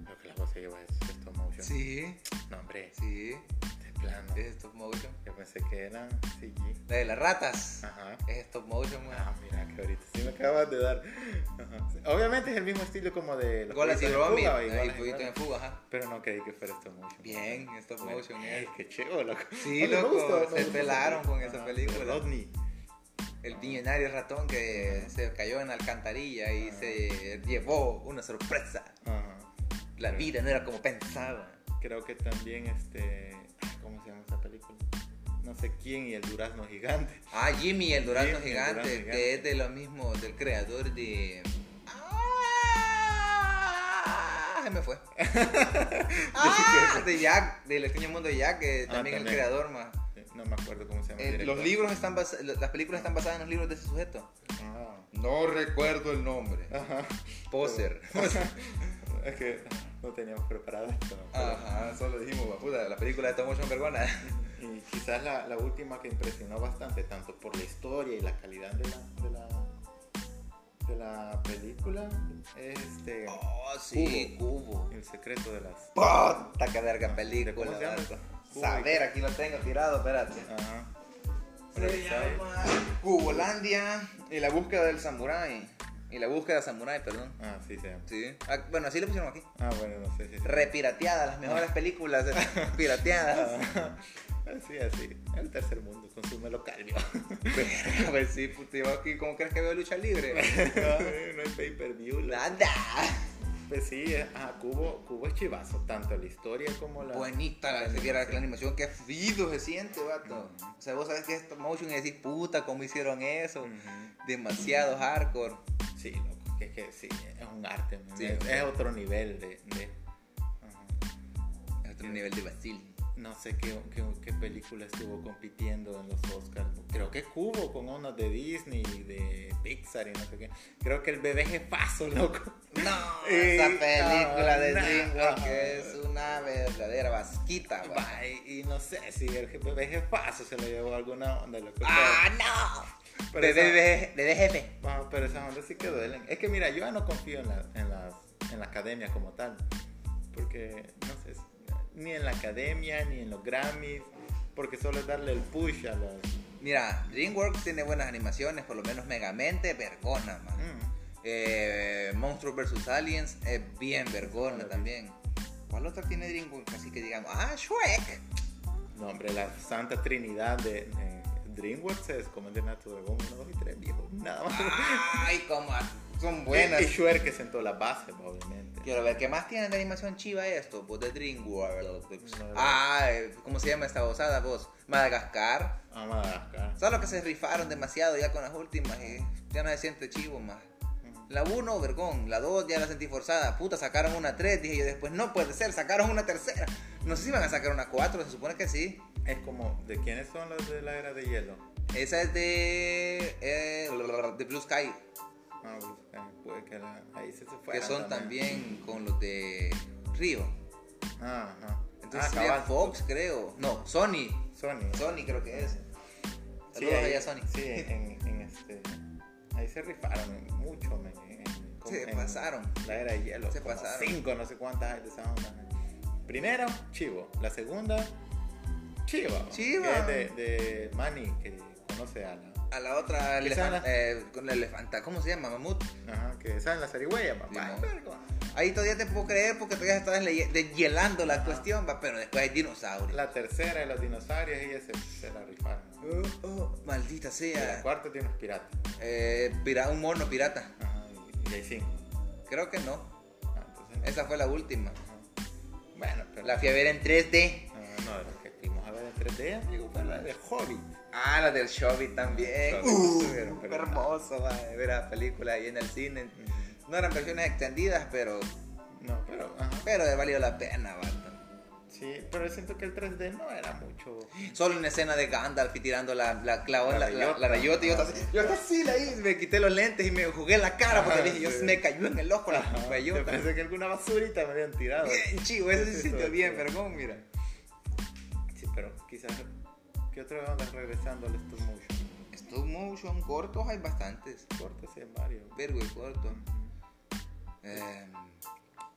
B: Lo que el agua se llevó es stop motion.
C: Sí,
B: No, hombre,
C: sí.
B: de plano.
C: Es stop motion.
B: Yo pensé que eran CG.
C: La de las ratas.
B: Ajá.
C: Es stop motion, man.
B: Ah, mira, que ahorita sí me acabas de dar. Ajá. Sí. Obviamente es el mismo estilo como de
C: Golas y
B: Fugitos en
C: Romy.
B: Fuga,
C: Ahí,
B: y Golas y
C: pollito
B: Romy.
C: en fuga, ajá.
B: Pero no creí que fuera stop motion.
C: Bien, stop
B: Bueno,
C: motion,
B: ey,
C: eh.
B: qué chido, loco.
C: Sí,
B: Ah, me
C: loco,
B: gustó, me
C: se
B: gustó esa
C: pelaron con
B: película.
C: esa película.
B: Rodney.
C: El millonario ratón que se cayó en la alcantarilla
B: Ah.
C: y se llevó una sorpresa.
B: Ajá.
C: La
B: Creo-
C: vida no era como pensaba.
B: Creo que también este. ah, ¿Cómo se llama esa película? No sé quién y el durazno gigante.
C: Ah, Jimmy, el durazno
B: Jimmy, el
C: gigante,
B: durazno
C: que
B: gigante.
C: es de lo mismo, del creador de... Se me fue. Ah, de Jack, del extraño mundo de Jack, que
B: Ah,
C: también es el
B: también.
C: creador más.
B: No me acuerdo cómo se llama. el
C: Eh,
B: director.
C: los libros están basa- las películas están basadas en los libros de ese sujeto.
B: Ah.
C: No recuerdo el nombre.
B: Ajá.
C: Poser.
B: Es que no teníamos preparado esto. pero-
C: Ajá, solo dijimos, "Va, puta, la película de Tom Motion vergona.
B: Y eh, quizás la, la última que impresionó bastante, tanto por la historia y la calidad de la, de la, de la película, es este,
C: Oh, sí, cubo.
B: El secreto de las...
C: Puta que verga película.
B: ¿Cómo se llama?
C: vato.
B: Cubo.
C: Saber, aquí lo tengo tirado, espérate.
B: Ajá.
C: Se llama Cubolandia y la búsqueda del samurái. Y la búsqueda del samurái, perdón.
B: Ah, sí se llama.
C: Sí. Ah, bueno, así le pusieron aquí.
B: Ah, bueno, no sé si...
C: Repirateadas, las mejores películas eh, pirateadas.
B: Ah, sí, así. El tercer mundo, consume lo calvio.
C: Verga, pues sí, puta, yo aquí, ¿cómo crees que veo lucha libre?
B: Ay, no hay pay per view. la-
C: Nada.
B: Pues sí, eh, ajá, Cubo, Cubo es chivazo, tanto la historia como la...
C: Buenita la, que era la animación, qué fido se siente, vato. O sea, vos sabés que es stop motion y decís, puta, ¿cómo hicieron eso?
B: Ujú.
C: Demasiado hardcore.
B: Sí, loco, que es que sí, es un arte, ¿me
C: Sí,
B: entiendes?
C: es un
B: es, otro nivel de... de- Ajá.
C: Es otro nivel de Brasil.
B: No sé qué, qué- qué película estuvo compitiendo en los Oscars. Creo que Cubo con unas de Disney, de Pixar y no sé qué. Creo que el bebé jefazo, loco.
C: No,
B: Eh,
C: esa película
B: no,
C: de
B: no.
C: DreamWorks que es una verdadera vasquita, güey.
B: Va, y, y no sé si el je- bebé jefazo se lo llevó a alguna onda, loco.
C: ¡Ah, no!
B: Pero
C: De
B: esa-
C: DDG de DGP.
B: Pero, ah, pero esas ondas sí que duelen. Es que mira, yo ya no confío en la, en las- en la academia como tal. Porque, no sé, ni en la academia, ni en los Grammys. Porque solo es darle el push a los...
C: Mira, DreamWorks tiene buenas animaciones, por lo menos Megamente, vergona, man.
B: Mm.
C: Eh, Monstruos vs. Aliens es bien vergona
B: Ah,
C: también. ¿Cuál otra tiene DreamWorks? Así que digamos, ¡ah, Shrek!
B: No, hombre, la Santa Trinidad de, de- de DreamWorks es Comer a tu dragón 1, 2 y 3, viejo. Nada más.
C: Ay, como son buenas.
B: Y Shuer que sentó las bases, obviamente.
C: Quiero ver, ¿qué más tienen de animación chiva esto? Pues de DreamWorld.
B: No, no.
C: Ah, eh, ¿cómo se llama esta bozada vos? Madagascar.
B: A Madagascar.
C: Son los que se rifaron demasiado ya con las últimas y ya no se siente chivo más. La 1, vergón. La 2 ya la sentí forzada. Puta, sacaron una 3. Dije yo después, no puede ser, sacaron una tercera. No sé si van a sacar una 4, se supone que sí.
B: Es como, ¿de quiénes son los de la era de hielo?
C: Esa es de. eh, de Blue Sky.
B: Ah, pues, eh, puede que la- ahí se, se
C: Que
B: fueran
C: son también con los de Río.
B: Ah, ajá.
C: Entonces
B: Ah,
C: sería
B: cabal,
C: Fox, creo. No, Sony.
B: Sony.
C: Sony creo que es.
B: Sí,
C: Saludos
B: ahí-
C: allá, Sony.
B: Sí, en, en este. Ahí se rifaron en- mucho, men, en- en-
C: Se
B: en
C: pasaron.
B: La era de hielo.
C: Se
B: como
C: pasaron.
B: Cinco, no sé cuántas hay de esa onda, men. Primero, Chivo. La segunda, Chiva.
C: Chiva.
B: Que es de, de Manny, que conoce a la.
C: A la otra,
B: Quizá
C: elefan-
B: la-
C: eh, con la elefanta, ¿cómo se llama? Mamut.
B: Ajá, que saben la zarigüeya, papá.
C: Simón. Ahí todavía te puedo creer porque todavía estás le- deshielando la cuestión, va, pero después hay dinosaurios.
B: La tercera de los dinosaurios, ella se, se la rifaron.
C: Oh, oh, maldita
B: Y la
C: sea.
B: cuarta tiene unos piratas.
C: Eh, pira- un mono pirata.
B: Ajá, y, y hay cinco.
C: Creo que no.
B: Ah, entonces,
C: Esa fue la última.
B: ajá. Bueno, pero.
C: La fui a ver en 3D.
B: Ah, no, de las que fuimos a ver en 3D, amigo, fue pues, la de Hobbit.
C: Ah, la del Shobby también.
B: Shobby,
C: Uh,
B: estuvieron,
C: fue
B: pero-
C: hermoso, va, ver la película ahí en el cine. No eran versiones extendidas, pero,
B: No, pero, ajá.
C: pero valió la pena, va.
B: Sí, pero siento que el 3D no era mucho.
C: Solo una escena de Gandalf y tirando la, la clavón, la,
B: La
C: la,
B: bellota.
C: la bellota, y yo estaba así, yo estaba así, la hice, me quité los lentes y me jugué la cara porque
B: Ajá,
C: dije, yo
B: sí.
C: me cayó en el ojo la
B: Me
C: bellota.
B: parece que alguna basurita me habían tirado.
C: Bien chivo, eso sí
B: Sí,
C: sintió
B: todo
C: bien,
B: chido.
C: pero ¿cómo mira?
B: Sí, pero quizás. ¿Qué otra onda regresando al stop motion?
C: Stop motion, cortos hay bastantes,
B: Cortes en varios.
C: vergo y corto. Eh,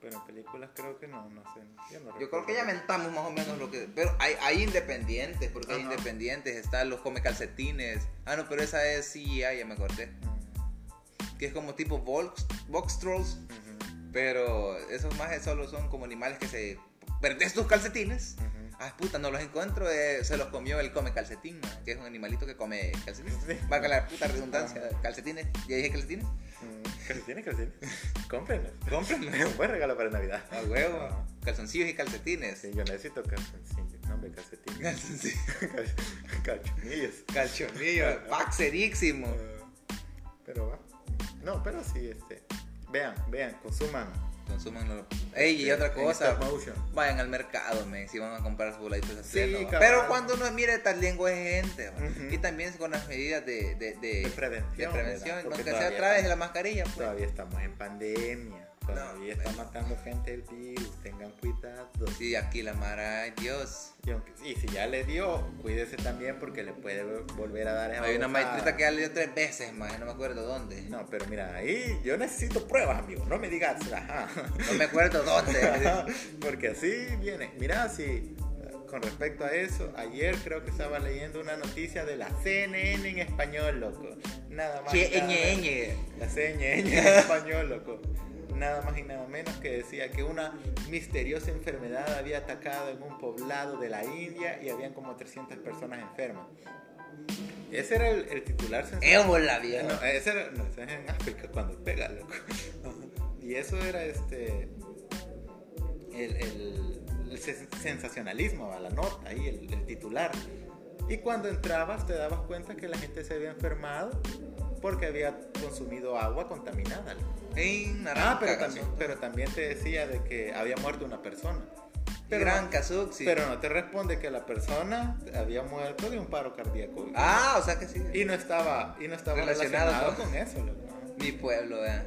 B: Pero en películas creo que no, no sé. Yo, no
C: yo creo
B: recuerdo.
C: que ya mentamos más o menos lo que... Pero hay, hay independientes, porque hay
B: Ajá.
C: independientes, están los come calcetines. Ah, no, pero esa es CGI, ya me acordé.
B: Mm,
C: Que es como tipo box, box trolls,
B: ujú,
C: Pero esos majes solo son como animales que se... Perdés tus calcetines.
B: ujú.
C: Ah, puta, no los encuentro. eh, se los comió el come calcetín, ma, que es un animalito que come calcetines. Valga la puta redundancia. Calcetines. ¿Ya dije calcetines?
B: Mm, Calcetines, calcetines. Cómprenlos. Cómprenlos. Un buen regalo para Navidad.
C: A huevo.
B: Ah,
C: Calzoncillos y calcetines.
B: Sí, yo necesito calcetines. No, hombre, calcetines.
C: Calzoncillos.
B: Cal- Calchonillos.
C: Calchonillos. Paxerísimo.
B: Pero va. No, pero sí, este. Vean, vean, consuman.
C: Consúmanlo. Ey, y
B: Este,
C: otra
B: en
C: cosa.
B: stop motion.
C: Vayan al mercado, men, si van a comprar sus boladitos de
B: Sí,
C: acero, va.
B: cabal.
C: Pero cuando uno mire tal lengua es gente. va.
B: Ujú.
C: Y también con las medidas de, de, de-
B: De prevención,
C: de prevención,
B: ¿verdad?
C: aunque
B: Porque
C: sea a
B: todavía
C: través
B: estamos-
C: de la mascarilla. pues.
B: Todavía estamos en pandemia. Todavía
C: No,
B: está matando gente el virus. Tengan cuidado.
C: Sí, aquí la mara, ay, Dios.
B: Y, aunque- y si ya le dio, cuídese también porque le puede vol- volver a dar esa
C: Hay una
B: babosada.
C: maestrita que ya le dio tres veces, más, no me acuerdo dónde. No,
B: No, pero mira, ahí yo necesito pruebas, amigo. No me digas. Ajá.
C: me acuerdo dónde.
B: Porque así viene. Mira, si con respecto a eso, ayer creo que estaba leyendo una noticia de la CNN en español, loco. Nada más. y
C: Che,
B: nada
C: ñe,
B: menos.
C: ñe.
B: La CNN en español, loco. Nada más y nada menos que decía que una misteriosa enfermedad había atacado en un poblado de la India y habían como 300 personas enfermas. Ese era el, el titular sensacional.
C: Ébola,
B: Eh,
C: viejo.
B: No, ese era, no, ese es en África cuando pega, loco. Y eso era este. El, el- el sen- sensacionalismo, ¿va? la nota ahí, el, el titular. Y cuando entrabas te dabas cuenta que la gente se había enfermado porque había consumido agua contaminada. loco.
C: En naranja,
B: Ah, pero
C: cazú.
B: también, pero también te decía de que había muerto una persona. Pero,
C: Gran Kazuxi.
B: pero no te responde que la persona había muerto de un paro cardíaco.
C: Ah, o sea que sí.
B: Y no estaba, y no estaba
C: Relacionado,
B: relacionado,
C: ¿no?
B: con eso, loco.
C: Mi pueblo, vea.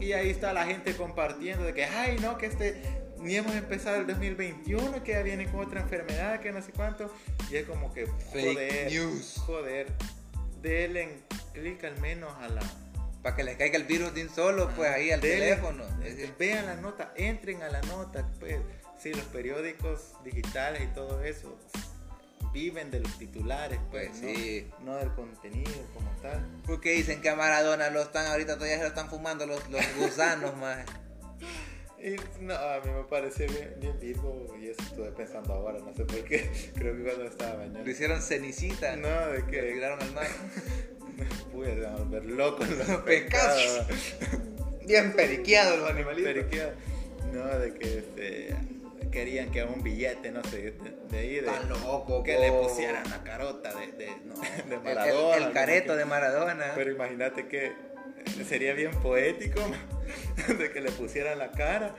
B: Y ahí está la gente compartiendo de que, ay, no, que este, ni hemos empezado el 2021, que ya viene con otra enfermedad, que no sé cuánto. Y es como que,
C: Fake
B: joder,
C: news.
B: joder, denle clic al menos a la...
C: Para que les caiga el virus de un solo, pues ahí al
B: denle-
C: teléfono.
B: eh, Vean la nota, entren a la nota, pues. Sí, los periódicos digitales y todo eso viven de los titulares, pues,
C: Pues
B: ¿no?
C: sí.
B: no del contenido como tal.
C: Porque dicen que a Maradona lo están, ahorita todavía se lo están fumando los, los gusanos, más.
B: Y no, a mí me pareció bien, bien virgo y eso estuve pensando ahora, no sé por qué. Creo que cuando estaba
C: Lo
B: bañando.
C: hicieron cenicita.
B: No, de
C: Que le
B: que
C: tiraron al mar.
B: me pude volver loco en los
C: Pecados.
B: pecados.
C: Bien periqueados los
B: Pero que- No, de que este, querían que un billete, no sé, de, de ahí, de,
C: Tan loco.
B: que
C: po.
B: le pusieran la carota de, de, no, de
C: El- el-
B: Maradona.
C: El,
B: no sé
C: careto
B: qué.
C: de Maradona.
B: Pero imagínate que eh, sería bien poético ma, de que le pusieran la cara.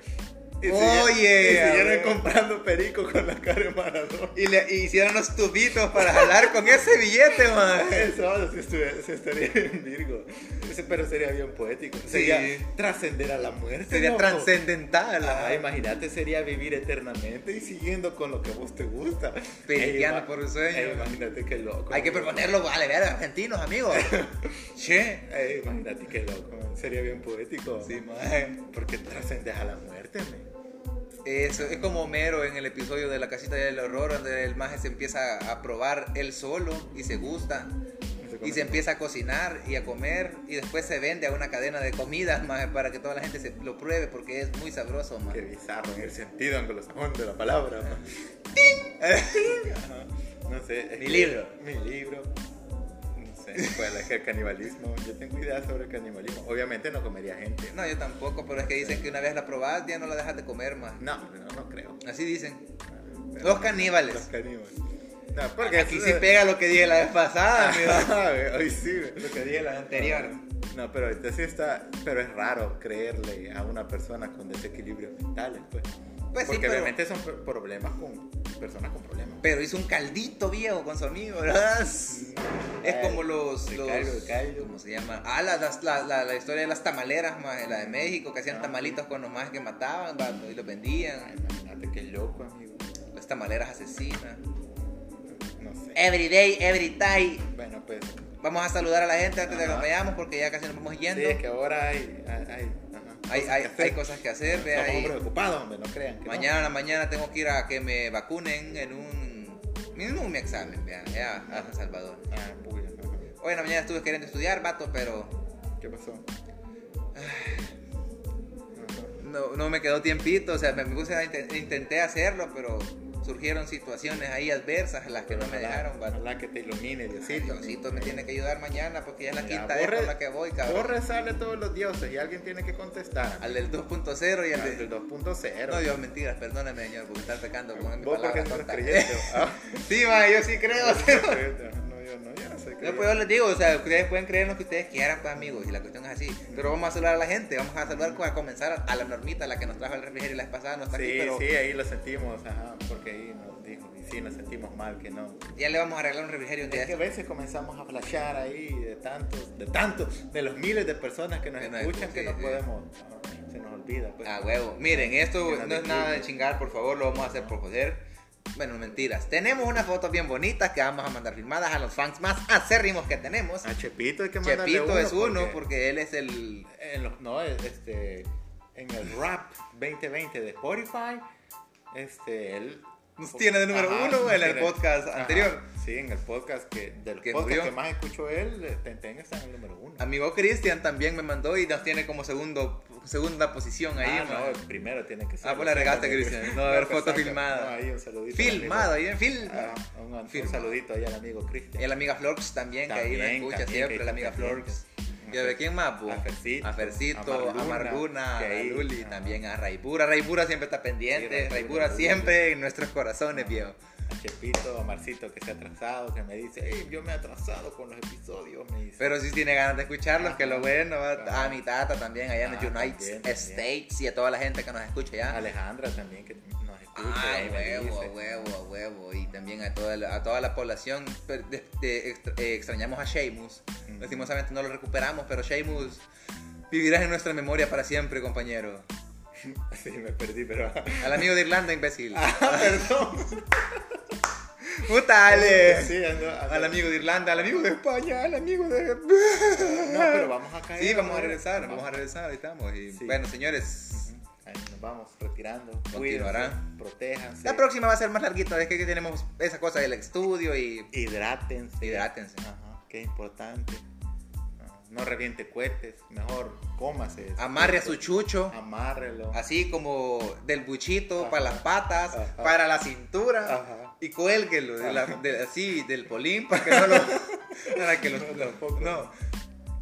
B: Y siguieran-
C: Oye,
B: y siguieran
C: a ver.
B: comprando perico con la cara de Maradona.
C: Y le y hicieron los tubitos para jalar con ese billete, man.
B: Eso sí, estu- sí estaría bien virgo. Ese- Pero sería bien poético. Sería trascender a la muerte.
C: Sería
B: loco.
C: trascendental.
B: Ah, imagínate, sería vivir eternamente y siguiendo con lo que a vos te gusta.
C: Periqueando
B: Ey, ima-
C: por un sueño.
B: ey, imagínate qué loco.
C: Hay que proponerlo, vale, ver argentinos, amigos. che.
B: Ey, imagínate qué loco. man. Sería bien poético.
C: Sí,
B: man.
C: man.
B: Porque trascendes a la muerte, man.
C: Eso, es como Homero en el episodio de la casita del horror, donde el maje se empieza a- a probar él solo y se gusta. Y se empieza a cocinar y a comer y después se vende a una cadena de comidas maje, para que toda la gente se lo pruebe porque es muy sabroso,
B: Qué
C: maje.
B: bizarro en el sentido anglosajón de la palabra. man. Ajá. No sé. es
C: Mi
B: que-
C: libro.
B: Mi libro. No sé. Pues es que el canibalismo. Yo tengo ideas sobre el canibalismo. Obviamente no comería gente.
C: No, yo tampoco, pero es que dicen que una vez la probás ya no la dejas de comer más.
B: No, no, no creo.
C: Así dicen.
B: Pero-
C: Los
B: Los
C: caníbales.
B: caníbales. No, porque
C: Aquí sí pega lo que dije la vez pasada, amigo.
B: Ah, güey, Hoy sí, güey. lo que dije la
C: anterior.
B: No, pero ahorita sí está. Pero es raro creerle a una persona con desequilibrios mentales, pues.
C: Pues sí,
B: Porque
C: pero-
B: obviamente son pro- problemas con personas con problemas.
C: Pero hizo un caldito viejo con su amigo, ¿verdad? Es como los.
B: Me
C: los
B: caigo, me caigo.
C: ¿Cómo se llama? Ah, la, las- la, la- la historia de las tamaleras, más la de México, que hacían
B: Ah.
C: tamalitos con los más que mataban vato, y los
B: Ay,
C: vendían.
B: Imagínate qué loco, amigo.
C: Las tamaleras asesinas.
B: No sé.
C: Every day, every time.
B: Bueno, pues.
C: Vamos a saludar a la gente antes de que
B: Ajá.
C: nos vayamos porque ya casi nos vamos
B: Sí,
C: yendo.
B: es que ahora hay. Hay, hay, ajá,
C: hay, hay,
B: cosas que hacer.
C: hay cosas que hacer, vea
B: Estamos
C: ahí.
B: preocupados, hombre, no crean que. no.
C: Mañana en la mañana tengo que ir a que me vacunen en un. Mismo un examen, vea, ya, a San Salvador.
B: Ah, puya, ajá.
C: Hoy en la mañana estuve queriendo estudiar, vato, pero
B: ¿Qué pasó? Ajá.
C: no, no me quedó tiempito, o sea, me puse a inte- intenté hacerlo, pero surgieron situaciones ahí adversas a las que no me
B: Ojalá-
C: dejaron, vato.
B: Ojalá que te ilumine,
C: Ay,
B: Diosito.
C: Diosito me tiene que ayudar mañana porque ya es la
B: Ya,
C: quinta
B: vos
C: vez
B: re-
C: con la que voy, cabrón.
B: Vos rezarle a todos los dioses y alguien tiene que contestar. Ah,
C: Al del 2.0 y al
B: Al del
C: del...
B: 2.0.
C: No, Dios, mentiras, perdóname, señor, porque estás pecando con mi
B: Vos
C: palabra
B: porque no eres
C: tonta.
B: creyente. Ah,
C: Sí, ma, yo sí creo, sí, ma.
B: no, yo no, yo no soy
C: No,
B: creyente.
C: pues yo les digo, o sea, ustedes pueden creer en lo que ustedes quieran, pues amigos, y la cuestión es así. Pero vamos a saludar a la gente, vamos a saludar pues, a comenzar a la normita, la que nos trajo el refrigerio la vez pasada, no está aquí,
B: Sí,
C: pero
B: sí, ahí lo sentimos, ajá, porque ahí nos dijo, y sí, nos sentimos mal que no.
C: ya le vamos a arreglar un refrigerio un día.
B: Es que a veces comenzamos a flashear ahí de tantos, de tantos, de los miles de personas que nos
C: Que nos
B: escuchan
C: escuchan,
B: que
C: sí,
B: no
C: sí.
B: podemos, ah, se nos olvida. Pues.
C: A huevo. Miren, esto
B: Que la
C: no es nada de
B: disculpen.
C: chingar, por favor, lo vamos a hacer por joder. Bueno, mentiras. Tenemos unas fotos bien bonitas que vamos a mandar firmadas a los fans más acérrimos que tenemos.
B: A Chepito hay que mandarle
C: Chepito
B: uno
C: es uno porque...
B: porque-
C: él es el...
B: en los- no, este, en el rap 2020 de Spotify, este, él
C: Nos tiene de número uno
B: nos
C: en el
B: tiene-
C: podcast anterior.
B: Sí, en el podcast que de los
C: Que
B: podcasts
C: murió.
B: que más escuchó él, Tenten está en el número uno.
C: Amigo Cristian también me mandó y nos tiene como segundo, segunda posición ahí.
B: ah,
C: ma.
B: no, primero tiene que ser.
C: Ah, pues la regaste, Cristian. No, a ver, foto
B: saca.
C: filmada.
B: No, ahí un saludito.
C: Filmado, ahí en film.
B: al amigo. Ah, un, un
C: Filmado.
B: saludito ahí al amigo Cristian.
C: Y a la amiga Florx también, que ahí
B: También,
C: la escucha
B: también,
C: siempre,
B: que
C: la amiga
B: está
C: Florx.
B: pendiente.
C: ¿Y a ver quién más? po?
B: A Fercito,
C: a, Fercito,
B: a Marluna,
C: a Marluna,
B: que
C: a
B: ahí-
C: Luli,
B: ah.
C: también a Raibura. Raibura siempre está
B: Sí,
C: pendiente,
B: Raibura,
C: Raibura
B: Raibura.
C: siempre en nuestros corazones,
B: Ah.
C: viejo.
B: A Chepito, a Marcito que se ha atrasado, que me dice, "Ey, yo me he atrasado con los episodios, me dice.
C: Pero si tiene ganas de escucharlos,
B: Ajá.
C: que lo bueno. va-
B: Ajá.
C: A mi tata también, allá en los
B: Ah,
C: United
B: también, también.
C: States y a toda la gente que nos escucha ya.
B: Alejandra también que nos escucha.
C: Ay,
B: y me
C: huevo,
B: dice.
C: huevo, huevo. Y también a toda la, a toda la población. per- de- de- extra- eh, extrañamos a Sheamus.
B: Ujú.
C: Lastimosamente no lo recuperamos, pero Sheamus vivirás en nuestra memoria para siempre, compañero.
B: Sí, me perdí, pero.
C: Al amigo de Irlanda, imbécil.
B: Ah, perdón.
C: ¡Putale!
B: Sí, ando- ando-
C: Al amigo de Irlanda, al amigo de España, al amigo de...
B: No, pero vamos a caer.
C: Sí, vamos a
B: ¿no?
C: regresar, vamos a regresar, ahí estamos. Y,
B: Sí.
C: Bueno, señores,
B: Ahí nos vamos retirando.
C: Continuará.
B: Cuídense, Protéjanse.
C: la próxima va a ser más larguita, es que aquí tenemos esa cosa del estudio y...
B: Hidrátense.
C: Hidrátense.
B: Ajá, que es importante. Ajá. no reviente cohetes, mejor cómase. ese
C: Amarre a su
B: cohete.
C: chucho.
B: Amárrelo.
C: Así como del buchito
B: Ajá.
C: para las patas,
B: Ajá.
C: para la cintura
B: Ajá.
C: y cuélguelo de la- de- así del polín para que no lo para que lo-
B: No,
C: lo-
B: tampoco.
C: no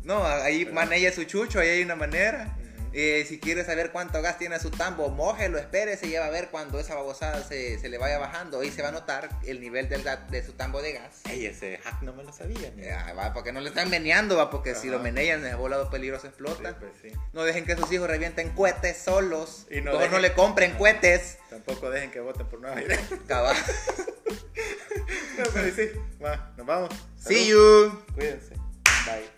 C: no ahí maneja su chucho ahí hay una manera
B: Ujú.
C: Eh, si quiere saber cuánto gas tiene su tambo, mójelo, espérese y ya va a ver cuando esa babosada se, se le vaya bajando. Ahí se va a notar el nivel del ga- de su tambo de gas.
B: Ey, ese hack no me lo sabía. ni-
C: Eh, ah, va, porque no le están meneando, va, porque si
B: Ajá.
C: lo menean, el volado peligroso
B: Sí,
C: explota.
B: pues sí.
C: No dejen que sus hijos revienten cohetes solos.
B: Y no
C: Mejor no
B: dejen-
C: le compren cohetes.
B: Tampoco dejen que voten por Nueva York.
C: Cabal.
B: No, pero sí. Va, nos vamos.
C: See
B: Salud.
C: you.
B: Cuídense. Bye.